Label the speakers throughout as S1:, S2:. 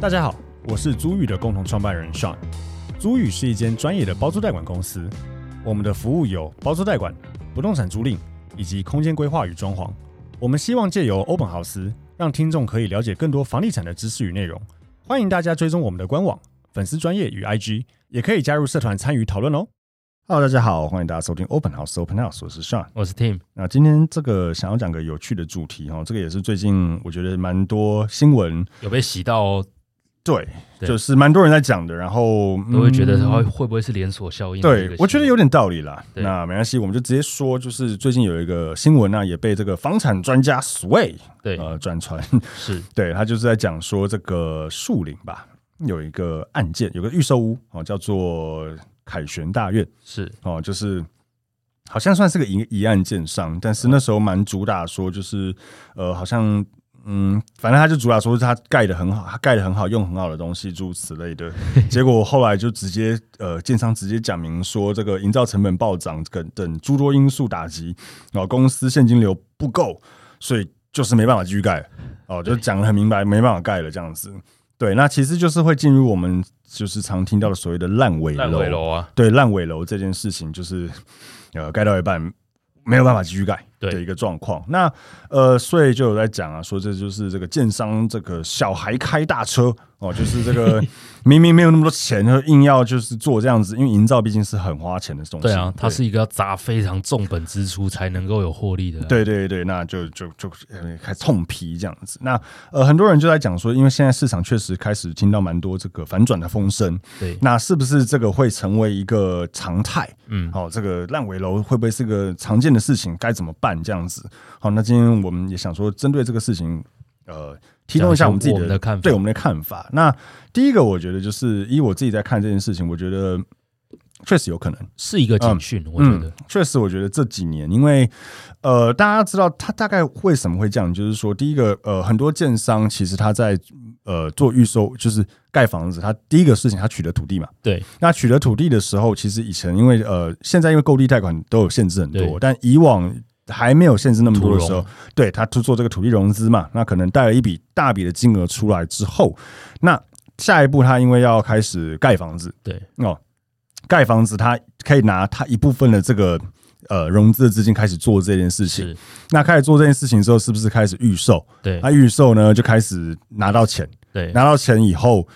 S1: 大家好，我是租宇的共同创办人 Sean。租宇是一间专业的包租代管公司，我们的服务有包租代管、不动产租赁以及空间规划与装潢。我们希望借由欧本豪斯，让听众可以了解更多房地产的知识与内容。欢迎大家追踪我们的官网、粉丝专业与 IG，也可以加入社团参与讨论哦。Hello，大家好，欢迎大家收听 Open House Open House，我是 Sean。
S2: 我是 Tim，
S1: 那今天这个想要讲个有趣的主题哦，这个也是最近我觉得蛮多新闻
S2: 有被洗到哦，
S1: 对，
S2: 对
S1: 就是蛮多人在讲的，然后
S2: 都会觉得
S1: 嗯
S2: 会会不会是连锁效应的一个新
S1: 对
S2: 闻？，
S1: 我觉得有点道理啦。
S2: 对
S1: 那没关系，我们就直接说，就是最近有一个新闻呢、也被这个房产专家 Sway
S2: 对，
S1: 呃转传，
S2: 是
S1: 对他就是在讲说这个树林吧，有一个案件，有个预售屋哦，叫做凯旋大院
S2: 是，
S1: 哦，就是。好像算是个疑疑案件上，但是那时候蛮主打说，就是呃，好像嗯，反正他就主打说是他盖的很好，他盖的很好，用很好的东西，诸如此类 的。结果后来就直接呃，建商直接讲明说，这个营造成本暴涨等等诸多因素打击，然后公司现金流不够，所以就是没办法继续盖了哦，就讲的很明白，没办法盖了这样子。对，那其实就是会进入我们就是常听到的所谓的烂尾
S2: 烂尾楼啊，
S1: 对烂尾楼这件事情，就是呃盖到一半没有办法继续盖
S2: 对
S1: 的一个状况。那呃，所以就有在讲啊，说这就是这个建商这个小孩开大车哦，就是这 个明明没有那么多钱，就硬要就是做这样子，因为营造毕竟是很花钱的东西。
S2: 对啊，它是一个要砸非常重本支出才能够有获利的啊，
S1: 对对对，那就就就呃开始痛批这样子。那呃，很多人就在讲说，因为现在市场确实开始听到蛮多这个反转的风声，
S2: 对
S1: 那是不是这个会成为一个常态？
S2: 嗯，
S1: 好、这个烂尾楼会不会是个常见的事情？该怎么办？这样子。好，那今天我们也想说，针对这个事情，呃，提供一下我们自己
S2: 讲一下我们的看法
S1: 对我们的看法。那第一个，我觉得就是以我自己在看这件事情，我觉得确实有可能。
S2: 是一个警讯，我觉得
S1: 嗯，确实，我觉得这几年，因为呃，大家知道他大概为什么会这样，就是说，第一个，呃，很多建商其实他在呃做预售，就是盖房子，他第一个事情他取得土地嘛，
S2: 对
S1: 那取得土地的时候，其实以前因为呃，现在因为购地贷款都有限制很多
S2: 对，
S1: 但以往还没有限制那么多的时
S2: 土
S1: 候
S2: 融，
S1: 对他做这个土地融资嘛，那可能贷了一笔大笔的金额出来之后，那下一步他因为要开始盖房子
S2: 对
S1: 哦，盖房子他可以拿他一部分的这个呃融资的资金开始做这件事情
S2: 是。，
S1: 那开始做这件事情之后，是不是开始预售？
S2: 对
S1: 那预售呢，就开始拿到钱。
S2: 对
S1: 拿到钱以后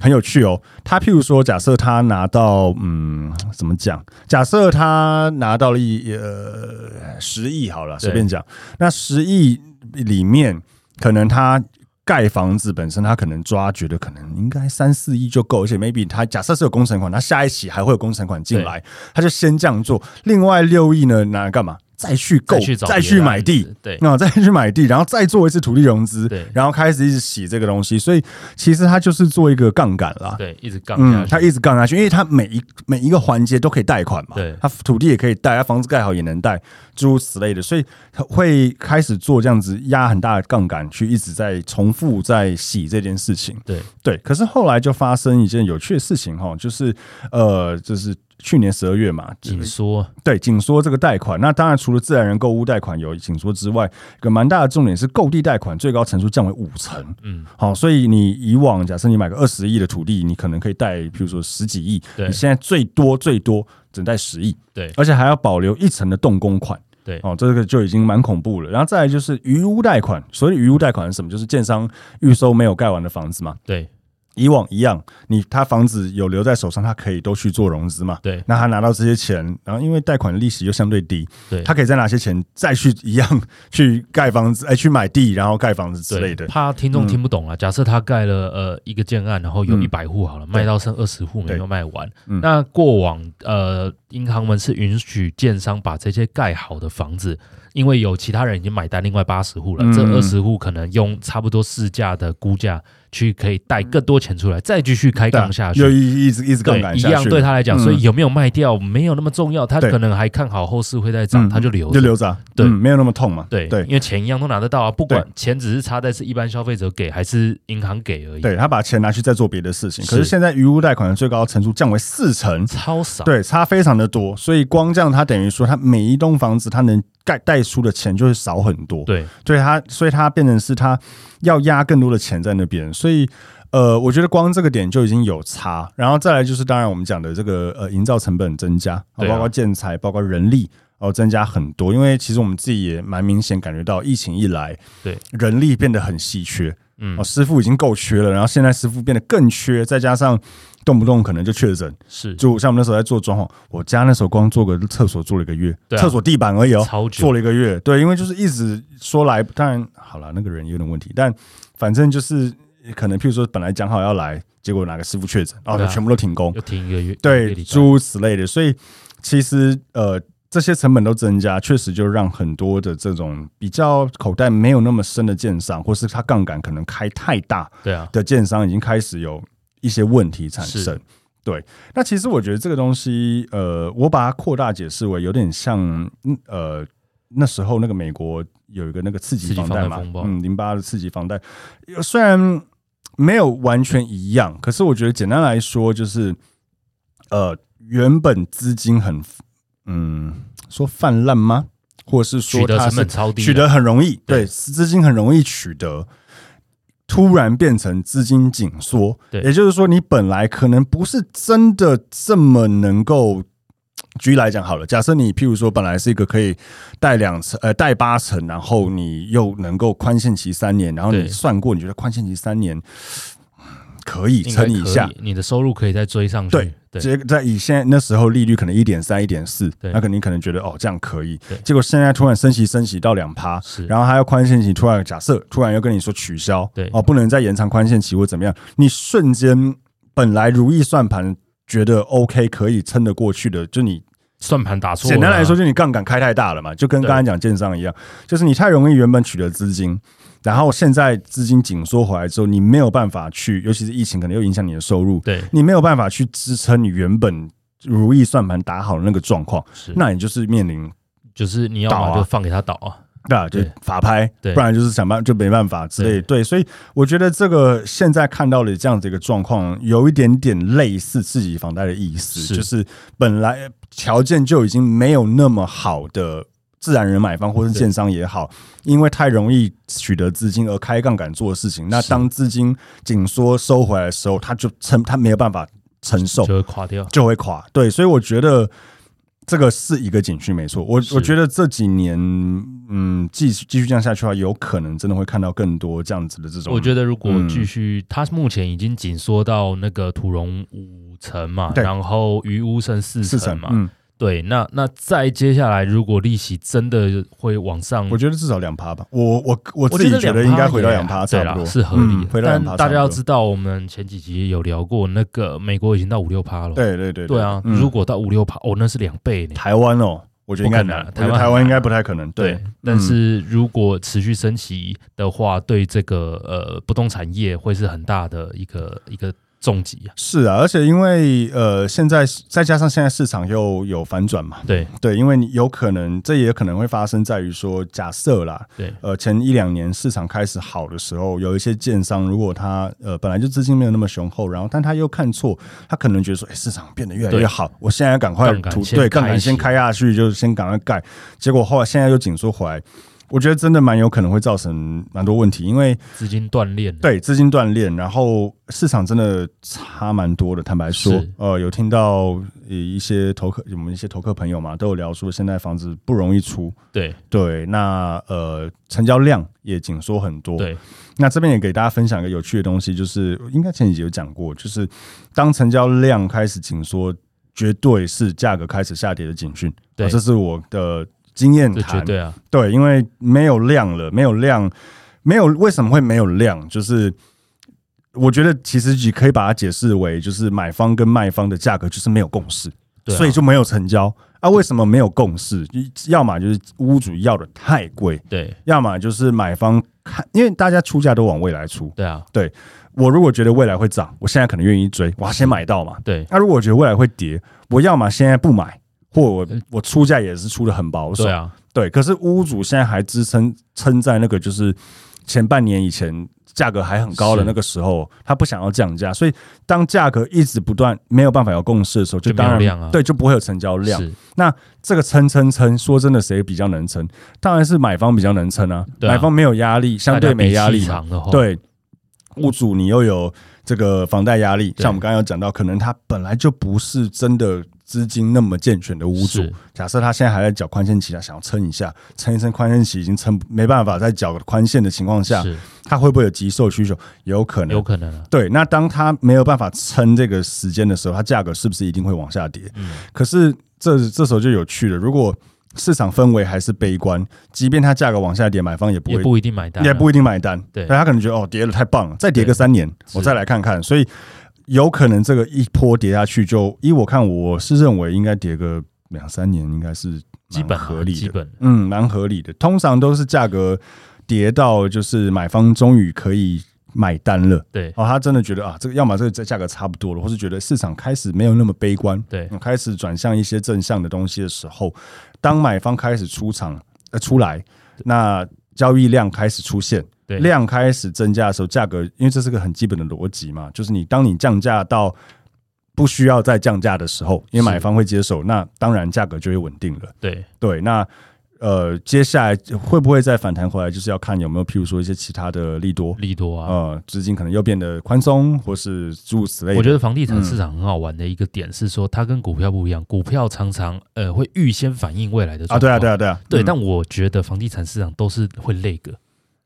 S1: 很有趣哦。他譬如说，假设他拿到嗯，怎么讲？假设他拿到了一呃十亿好了，
S2: 对
S1: 随便讲。那十亿里面，可能他。盖房子本身，他可能抓觉得可能应该三四亿就够，而且 maybe 他假设是有工程款，他下一期还会有工程款进来，他就先这样做。另外六亿呢，拿来干嘛？再去购，
S2: 再去找
S1: 再
S2: 别
S1: 去
S2: 的
S1: 买
S2: 案
S1: 地
S2: 子，对
S1: 那再去买地，然后再做一次土地融资
S2: 对，
S1: 然后开始一直洗这个东西，所以其实它就是做一个杠杆啦。
S2: 对，一直杠
S1: 嗯，
S2: 下
S1: 它
S2: 去，
S1: 一直杠下去，因为它每一每一个环节都可以贷款嘛，
S2: 对
S1: 它土地也可以贷，它房子盖好也能贷，诸如此类的，所以它会开始做这样子压很大的杠杆，去一直在重复在洗这件事情。
S2: 对
S1: 对，可是后来就发生一件有趣的事情哈，就是呃，就是去年十二月嘛，
S2: 紧缩，
S1: 对紧缩这个贷款，那当然除了自然人购物贷款有紧缩之外，一个蛮大的重点是购地贷款最高层数降为五成。
S2: 嗯，
S1: 好，所以你以往假设你买个二十亿的土地，你可能可以贷，比如说十几亿，
S2: 对
S1: 你现在最多最多只能贷十亿，
S2: 对
S1: 而且还要保留一成的动工款。
S2: 对
S1: 哦，这个就已经蛮恐怖了。然后再来就是余屋贷款，所以余屋贷款是什么？就是建商预收没有盖完的房子嘛。
S2: 对
S1: 以往一样，你他房子有留在手上，他可以都去做融资嘛？
S2: 对
S1: 那他拿到这些钱，然后因为贷款利息又相对低，
S2: 对，
S1: 他可以再拿些钱再去一样去盖房子，哎，去买地，然后盖房子之
S2: 对
S1: 类的。
S2: 怕听众听不懂啊。假设他盖了呃一个建案，然后有
S1: 嗯
S2: 一百户好了，卖到剩二十户
S1: 对
S2: 没有卖完。
S1: 嗯
S2: 那过往呃，银行们是允许建商把这些盖好的房子，因为有其他人已经买单另外八十户了，
S1: 嗯
S2: 这二十户可能用差不多市价的估价去可以贷更多钱出来，再继续开
S1: 对啊
S2: 杠下
S1: 又
S2: 去。
S1: 一一直一直杠
S2: 对，
S1: 杆
S2: 一
S1: 下去，
S2: 样对他来
S1: 嗯
S2: 讲，所以有没有卖掉没有那么重要，他
S1: 对
S2: 可能还看好后市会再
S1: 嗯
S2: 涨，他就留
S1: 就
S2: 着。
S1: 留着啊，
S2: 对
S1: 嗯没有那么痛嘛。
S2: 对
S1: 对
S2: 因为钱一样都拿得到啊，不管钱只是差在是一般消费者给还是银行给而已。
S1: 对，他把钱拿去再做别的事情。
S2: 是
S1: 可是现在余屋贷款的最高层数降为四成，
S2: 超少，
S1: 对，差非常的多。所以光这样，他等于说他每一栋房子他能盖贷出的钱就会少很多。
S2: 对
S1: 对他，所以他变成是他要压更多的钱在那边，所以。呃，我觉得光这个点就已经有差，然后再来就是当然我们讲的这个呃营造成本增加，
S2: 对啊
S1: 包括建材，包括人力。哦，增加很多，因为其实我们自己也蛮明显感觉到，疫情一来，
S2: 对
S1: 人力变得很稀缺，
S2: 嗯
S1: 哦，，师傅已经够缺了，然后现在师傅变得更缺，再加上动不动可能就确诊，
S2: 是
S1: 就像我们那时候在做装潢，我家那时候光做个厕所做了一个月，
S2: 对啊
S1: 厕所地板而已哦，
S2: 超
S1: 做
S2: 久，
S1: 了一个月，对，因为就是一直说来，当然好了，那个人有点问题，但反正就是可能，譬如说本来讲好要来，结果哪个师傅确诊，哦，
S2: 对啊
S1: 全部都停工，
S2: 又停一个月，一
S1: 对
S2: 个，礼拜
S1: 诸如此类的，所以其实呃。这些成本都增加，确实就让很多的这种比较口袋没有那么深的建商，或是他杠杆可能开太大，
S2: 对啊，
S1: 的建商已经开始有一些问题产生
S2: 是。
S1: 对，那其实我觉得这个东西，呃，我把它扩大解释为有点像，嗯呃，那时候那个美国有一个那个刺激
S2: 刺激
S1: 房贷
S2: 房贷
S1: 嘛
S2: 风暴，
S1: 嗯，零八的刺激房贷，呃虽然没有完全一样，可是我觉得简单来说就是，呃，原本资金很，嗯，说泛滥吗？或是说
S2: 取得
S1: 它
S2: 成
S1: 是
S2: 本超低的，
S1: 取得很容易，
S2: 对
S1: 对，资金很容易取得，突然变成资金紧缩，
S2: 对
S1: 也就是说，你本来可能不是真的这么能够。举例来讲好了，假设你譬如说本来是一个可以贷两成，呃，贷八成，然后你又能够宽限期三年，然后你
S2: 对
S1: 算过，你觉得宽限期三年可以
S2: 应该
S1: 撑一
S2: 可
S1: 下，
S2: 以，你的收入可以再追上去，
S1: 对
S2: 对
S1: 结果在以现在那时候利率可能一点三、一点四，
S2: 对
S1: 那可能你可能觉得哦这样可以
S2: 对，
S1: 结果现在突然升息升息到两趴
S2: 是，
S1: 然后还要宽限期，突然假设突然又跟你说取消，
S2: 对
S1: 哦不能再延长宽限期或怎么样，你瞬间本来如意算盘觉得 OK 可以撑得过去的，就你
S2: 算盘打错了啊，
S1: 简单来说，就你杠杆开太大了嘛，就跟
S2: 对
S1: 刚才讲建商一样，就是你太容易原本取得资金，然后现在资金紧缩回来之后，你没有办法去，尤其是疫情可能又影响你的收入，
S2: 对
S1: 你没有办法去支撑你原本如意算盘打好的那个状况，
S2: 是，
S1: 那你就是面临
S2: 就是你要
S1: 倒
S2: 么
S1: 啊
S2: 就放给他倒啊，
S1: 对啊，就
S2: 对
S1: 法拍，
S2: 对
S1: 不然就是想办就没办法之类的。对，所以我觉得这个现在看到的这样子一个状况，有一点点类似自己房贷的意思，
S2: 是
S1: 就是本来条件就已经没有那么好的。自然人买方或是
S2: 对
S1: 建商也好，因为太容易取得资金而开杠杆做事情。那
S2: 是
S1: 当资金紧缩收回来的时候，他就承他没有办法承受，
S2: 就会垮掉，
S1: 就会垮。对，所以我觉得这个是一个警讯，没错。我
S2: 是
S1: 我觉得这几年，嗯，继续继续这样下去的话，有可能真的会看到更多这样子的这种。
S2: 我觉得如果
S1: 嗯
S2: 继续，它目前已经紧缩到那个土融五成嘛，
S1: 对
S2: 然后余屋剩四
S1: 是
S2: 成嘛，
S1: 嗯，
S2: 对，那那再接下来，如果利息真的会往上，
S1: 我觉得至少两趴吧。我我我
S2: 嗯我
S1: 自己觉得
S2: 2%
S1: 应该回到
S2: 也
S1: 两趴
S2: 对
S1: 差
S2: 啦
S1: 不多，
S2: 是合理
S1: 嗯
S2: 的。
S1: 回到两
S2: 但
S1: 趴。
S2: 大家要知，道，我们前几集有聊过，那个美国已经到五六趴了。
S1: 对对对
S2: 对啊，
S1: 嗯
S2: 如果到五六趴，哦，那是两倍呢。
S1: 台湾哦，我觉得应该难
S2: 不，
S1: 我
S2: 可
S1: 觉
S2: 能
S1: 得
S2: 台湾很
S1: 台
S2: 难
S1: 湾应该不太可能。对，嗯
S2: 但是如果持续升息的话，对这个呃不动产业会是很大的一个一个重击啊。
S1: 是啊，而且因为呃，现在再加上现在市场又有反转嘛，
S2: 对
S1: 对，因为你有可能，这也可能会发生在于说，假设啦，
S2: 对
S1: 呃，前一两年市场开始好的时候，有一些建商，如果他呃本来就资金没有那么雄厚，然后但他又看错，他可能觉得说，哎、市场变得越来越
S2: 对
S1: 好，我现在赶快
S2: 杠杆
S1: 图
S2: 先
S1: 对
S2: 开
S1: 杠杆先
S2: 起
S1: 开下去，就是先赶快盖，结果后来现在又紧缩回来。我觉得真的蛮有可能会造成蛮多问题，因为
S2: 资金啊断裂，，
S1: 对资金断裂，然后市场真的差蛮多的。坦白说
S2: 是，
S1: 呃，有听到呃一些投客，我们一些投客朋友嘛，都有聊说现在房子不容易出，
S2: 对
S1: 对，那呃成交量也紧缩很多。
S2: 对，
S1: 那这边也给大家分享一个有趣的东西，就是应该前几集有讲过，就是当成交量开始紧缩，绝对是价格开始下跌的警讯。
S2: 对
S1: 啊这是我的经验
S2: 这绝
S1: 谈。
S2: 对啊，
S1: 对，因为没有量了，没有量，没有为什么会没有量？就是我觉得其实也可以把它解释为，就是买方跟卖方的价格就是没有共识，
S2: 对啊
S1: 所以就没有成交。啊，为什么没有共识？要么就是屋主要的太贵，
S2: 对
S1: 要么就是买方看，因为大家出价都往未来出。
S2: 对啊，
S1: 我如果觉得未来会涨，我现在可能愿意追，我要先买到嘛。啊
S2: 对
S1: 那、如果我觉得未来会跌，我要么现在不买，或我我出价也是出的很保守
S2: 嗯对。啊，
S1: 对，可是屋主现在还支撑撑在那个就是前半年以前价格还很高的
S2: 是
S1: 那个时候，他不想要降价，所以当价格一直不断没有办法有共识的时候，
S2: 就没
S1: 当
S2: 有
S1: 然
S2: 量啊
S1: 对就不会有成交量。
S2: 是
S1: 这个撑撑撑，说真的，谁比较能撑？当然是买方比较能撑啊，
S2: 对啊
S1: 买方没有压力，相对没压
S2: 大家比哦
S1: 力
S2: 气
S1: 嘛。
S2: 场的话，
S1: 对，屋主你又有这个房贷压力。
S2: 对
S1: 像我们刚刚有讲到，可能他本来就不是真的资金那么健全的屋主
S2: 是，
S1: 假设他现在还在缴宽限期，啊他想要撑一下，撑一撑宽限期已经撑没办法再缴宽限的情况下，
S2: 是
S1: 他会不会有急售需求？有可能，
S2: 有可能啊，
S1: 对，那当它没有办法撑这个时间的时候，它价格是不是一定会往下跌？
S2: 嗯
S1: 可是这这时候就有趣了，如果市场氛围还是悲观，即便它价格往下跌，买方也不
S2: 也
S1: 会。
S2: 不一定买单啊，
S1: 也不一定买单，
S2: 对
S1: 他可能觉得哦，跌的太棒了，再跌个三年，
S2: 是
S1: 我再来看看。所以有可能这个一波跌下去就，依我看，我是认为应该跌个两三年，应该是蛮
S2: 基本啊
S1: 合理
S2: 基
S1: 的。
S2: 本
S1: 嗯，蛮合理的。通常都是价格跌到就是买方终于可以买单了，
S2: 对
S1: 哦，他真的觉得啊，这个要么这个这价格差不多了，或是觉得市场开始没有那么悲观，
S2: 对
S1: 嗯开始转向一些正向的东西的时候，当买方开始出场呃出来，那交易量开始出现，
S2: 对
S1: 量开始增加的时候，价格因为这是个很基本的逻辑嘛，就是你当你降价到不需要再降价的时候，因为
S2: 是
S1: 买方会接手，那当然价格就会稳定了。
S2: 对
S1: 对，那呃，接下来会不会再反弹回来，就是要看有没有譬如说一些其他的利多。
S2: 利多啊，
S1: 呃，资金可能又变得宽松，或是诸如此类的。
S2: 我觉得房地产
S1: 嗯
S2: 市场很好玩的一个点是说，它跟股票不一样，股票常常呃会预先反映未来的
S1: 啊，对啊，对
S2: 啊，
S1: 啊，对啊，
S2: 对。
S1: 嗯
S2: 但我觉得房地产市场都是会累个，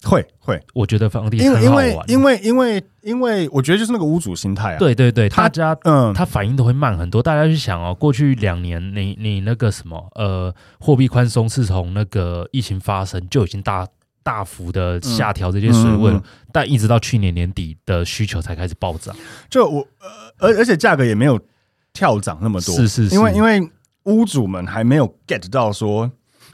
S1: 会会，
S2: 我觉得房地
S1: 因
S2: 产
S1: 为
S2: 很
S1: 因
S2: 好
S1: 为
S2: 玩，
S1: 因为因为因为，我觉得就是那个屋主心态啊。，
S2: 对对对，
S1: 他
S2: 大家
S1: 嗯，
S2: 它反应都会慢很多。大家去想哦，过去两年你你那个什么呃，货币宽松是从那个疫情发生就已经大大幅的下调这些水位
S1: 嗯
S2: 了，
S1: 嗯
S2: 但一直到去年年底的需求才开始暴涨。
S1: 就我呃而而且价格也没有跳涨那么多，
S2: 是是是，
S1: 因为因
S2: 为
S1: 为屋主们还没有 get 到说，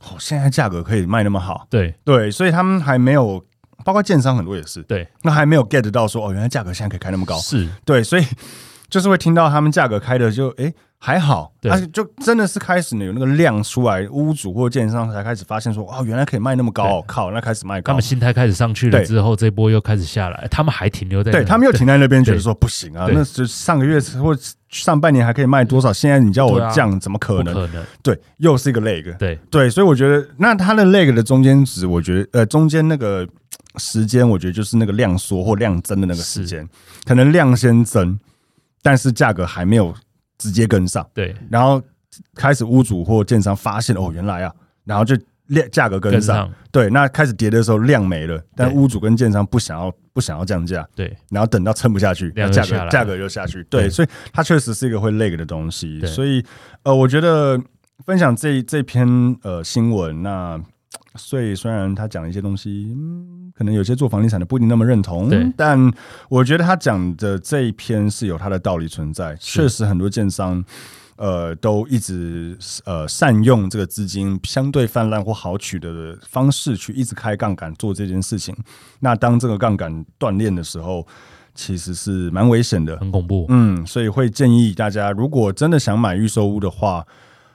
S1: 哦，现在价格可以卖那么好，
S2: 对
S1: 对，所以他们还没有，包括建商很多也是，
S2: 对
S1: 那还没有 get 到说，哦，原来价格现在可以开那么高，
S2: 是，
S1: 对，所以 就是会听到他们价格开的就诶还好，
S2: 对
S1: 而且就真的是开始呢有那个量出来，屋主或建商才开始发现说哦，原来可以卖那么高，靠，那开始卖
S2: 他
S1: 高
S2: 们。心态开始上去了
S1: 对
S2: 之后，这波又开始下来，他们还停留在那
S1: 嗯对他们又停在那边，觉得说不行啊，
S2: 对
S1: 那就上个月或上半年还可以卖多少，现在你叫我
S2: 对啊
S1: 降，怎么可
S2: 不
S1: 能？
S2: 可能，
S1: 对，又是一个 leg。
S2: 对
S1: 对，所以我觉得那它的 leg 的中间值，我觉得呃中间那个嘖时间，我觉得就是那个量缩或量增的那个时间，可能量先增，但是价格还没有直接跟上，
S2: 对
S1: 然后开始屋主或建商发现哦原来啊，然后就量价格跟上，
S2: 跟上
S1: 对，那开始跌的时候量没了，但
S2: 对
S1: 屋主跟建商不想要不想要降价，
S2: 对
S1: 然后等到撑不下去，
S2: 量
S1: 那
S2: 就
S1: 价
S2: 下来
S1: 格
S2: 了
S1: 价格就下去。对，
S2: 对
S1: 所以它确实是一个会累的东西。
S2: 对
S1: 所以呃，我觉得分享这这篇呃新闻，那所以虽然他讲了一些东西，嗯，可能有些做房地产的不一定那么认同
S2: 对，
S1: 但我觉得他讲的这一篇是有它的道理存在。确实，很多建商。呃，都一直呃善用这个资金相对泛滥或好取的方式去一直开杠杆做这件事情。那当这个杠杆断裂的时候，其实是蛮危险的。
S2: 很恐怖，
S1: 嗯，所以会建议大家，如果真的想买预售屋的话，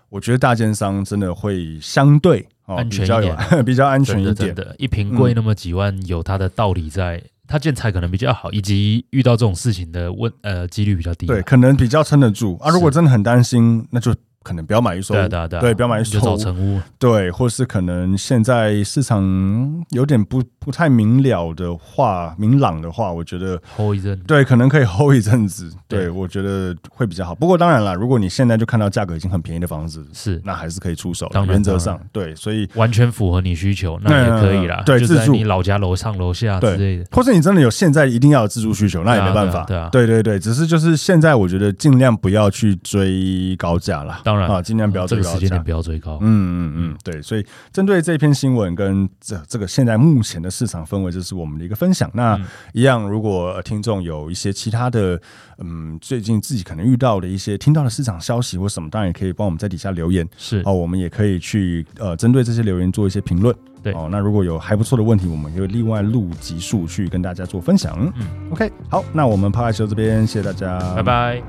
S1: 我觉得大建商真的会相对哦
S2: 安全
S1: 比较
S2: 一
S1: 有 比较安全嗯
S2: 真
S1: 一
S2: 的真
S1: 点。嗯
S2: 的，一瓶贵那么几万，有它的道理在。它建材可能比较好，以及遇到这种事情的问呃几率比较低嘛。
S1: 对，可能比较撑得住啊。
S2: 是
S1: 如果真的很担心，那就可能不要买预售屋。
S2: 对啊对啊对啊，
S1: 对不要买
S2: 你就
S1: 错
S2: 找
S1: 屋
S2: 成屋，
S1: 对，或是可能现在市场嗯有点不不太明了的话，明朗的话，我觉得
S2: 吼一阵，
S1: 对，可能可以 hold 一阵子。对，
S2: 对
S1: 我觉得会比较好。不过当然啦，如果你现在就看到价格已经很便宜的房子，
S2: 是
S1: 那还是可以出手的。
S2: 当然
S1: 原则
S2: 当
S1: 上，对，所以
S2: 完全符合你需求，那也可以啦
S1: 嗯。对
S2: 就
S1: 自
S2: 在
S1: 住
S2: 你老家楼上楼下之类的，
S1: 或是你真的有现在一定要有自住需求，那也
S2: 对啊
S1: 没办法。
S2: 对啊
S1: 对对对，只是就是现在，我觉得尽量不要去追高价啦。
S2: 当然
S1: 啊，尽量不要
S2: 这
S1: 追
S2: 个
S1: 高
S2: 时间
S1: 价
S2: 点。不要追高。
S1: 嗯嗯嗯，对，所以针对这篇新闻跟这这个现在目前的市场氛围，这是我们的一个分享。那
S2: 嗯
S1: 一样，如果呃听众有一些其他的，嗯，最近自己可能遇到的一些听到的市场消息或什么，当然也可以帮我们在底下留言
S2: 是
S1: 哦，我们也可以去呃针对这些留言做一些评论。
S2: 对
S1: 哦，那如果有还不错的问题，我们也会另外录集数去跟大家做分享。
S2: 嗯
S1: ，OK，好，那我们抛开球这边，谢谢大家，
S2: 拜拜。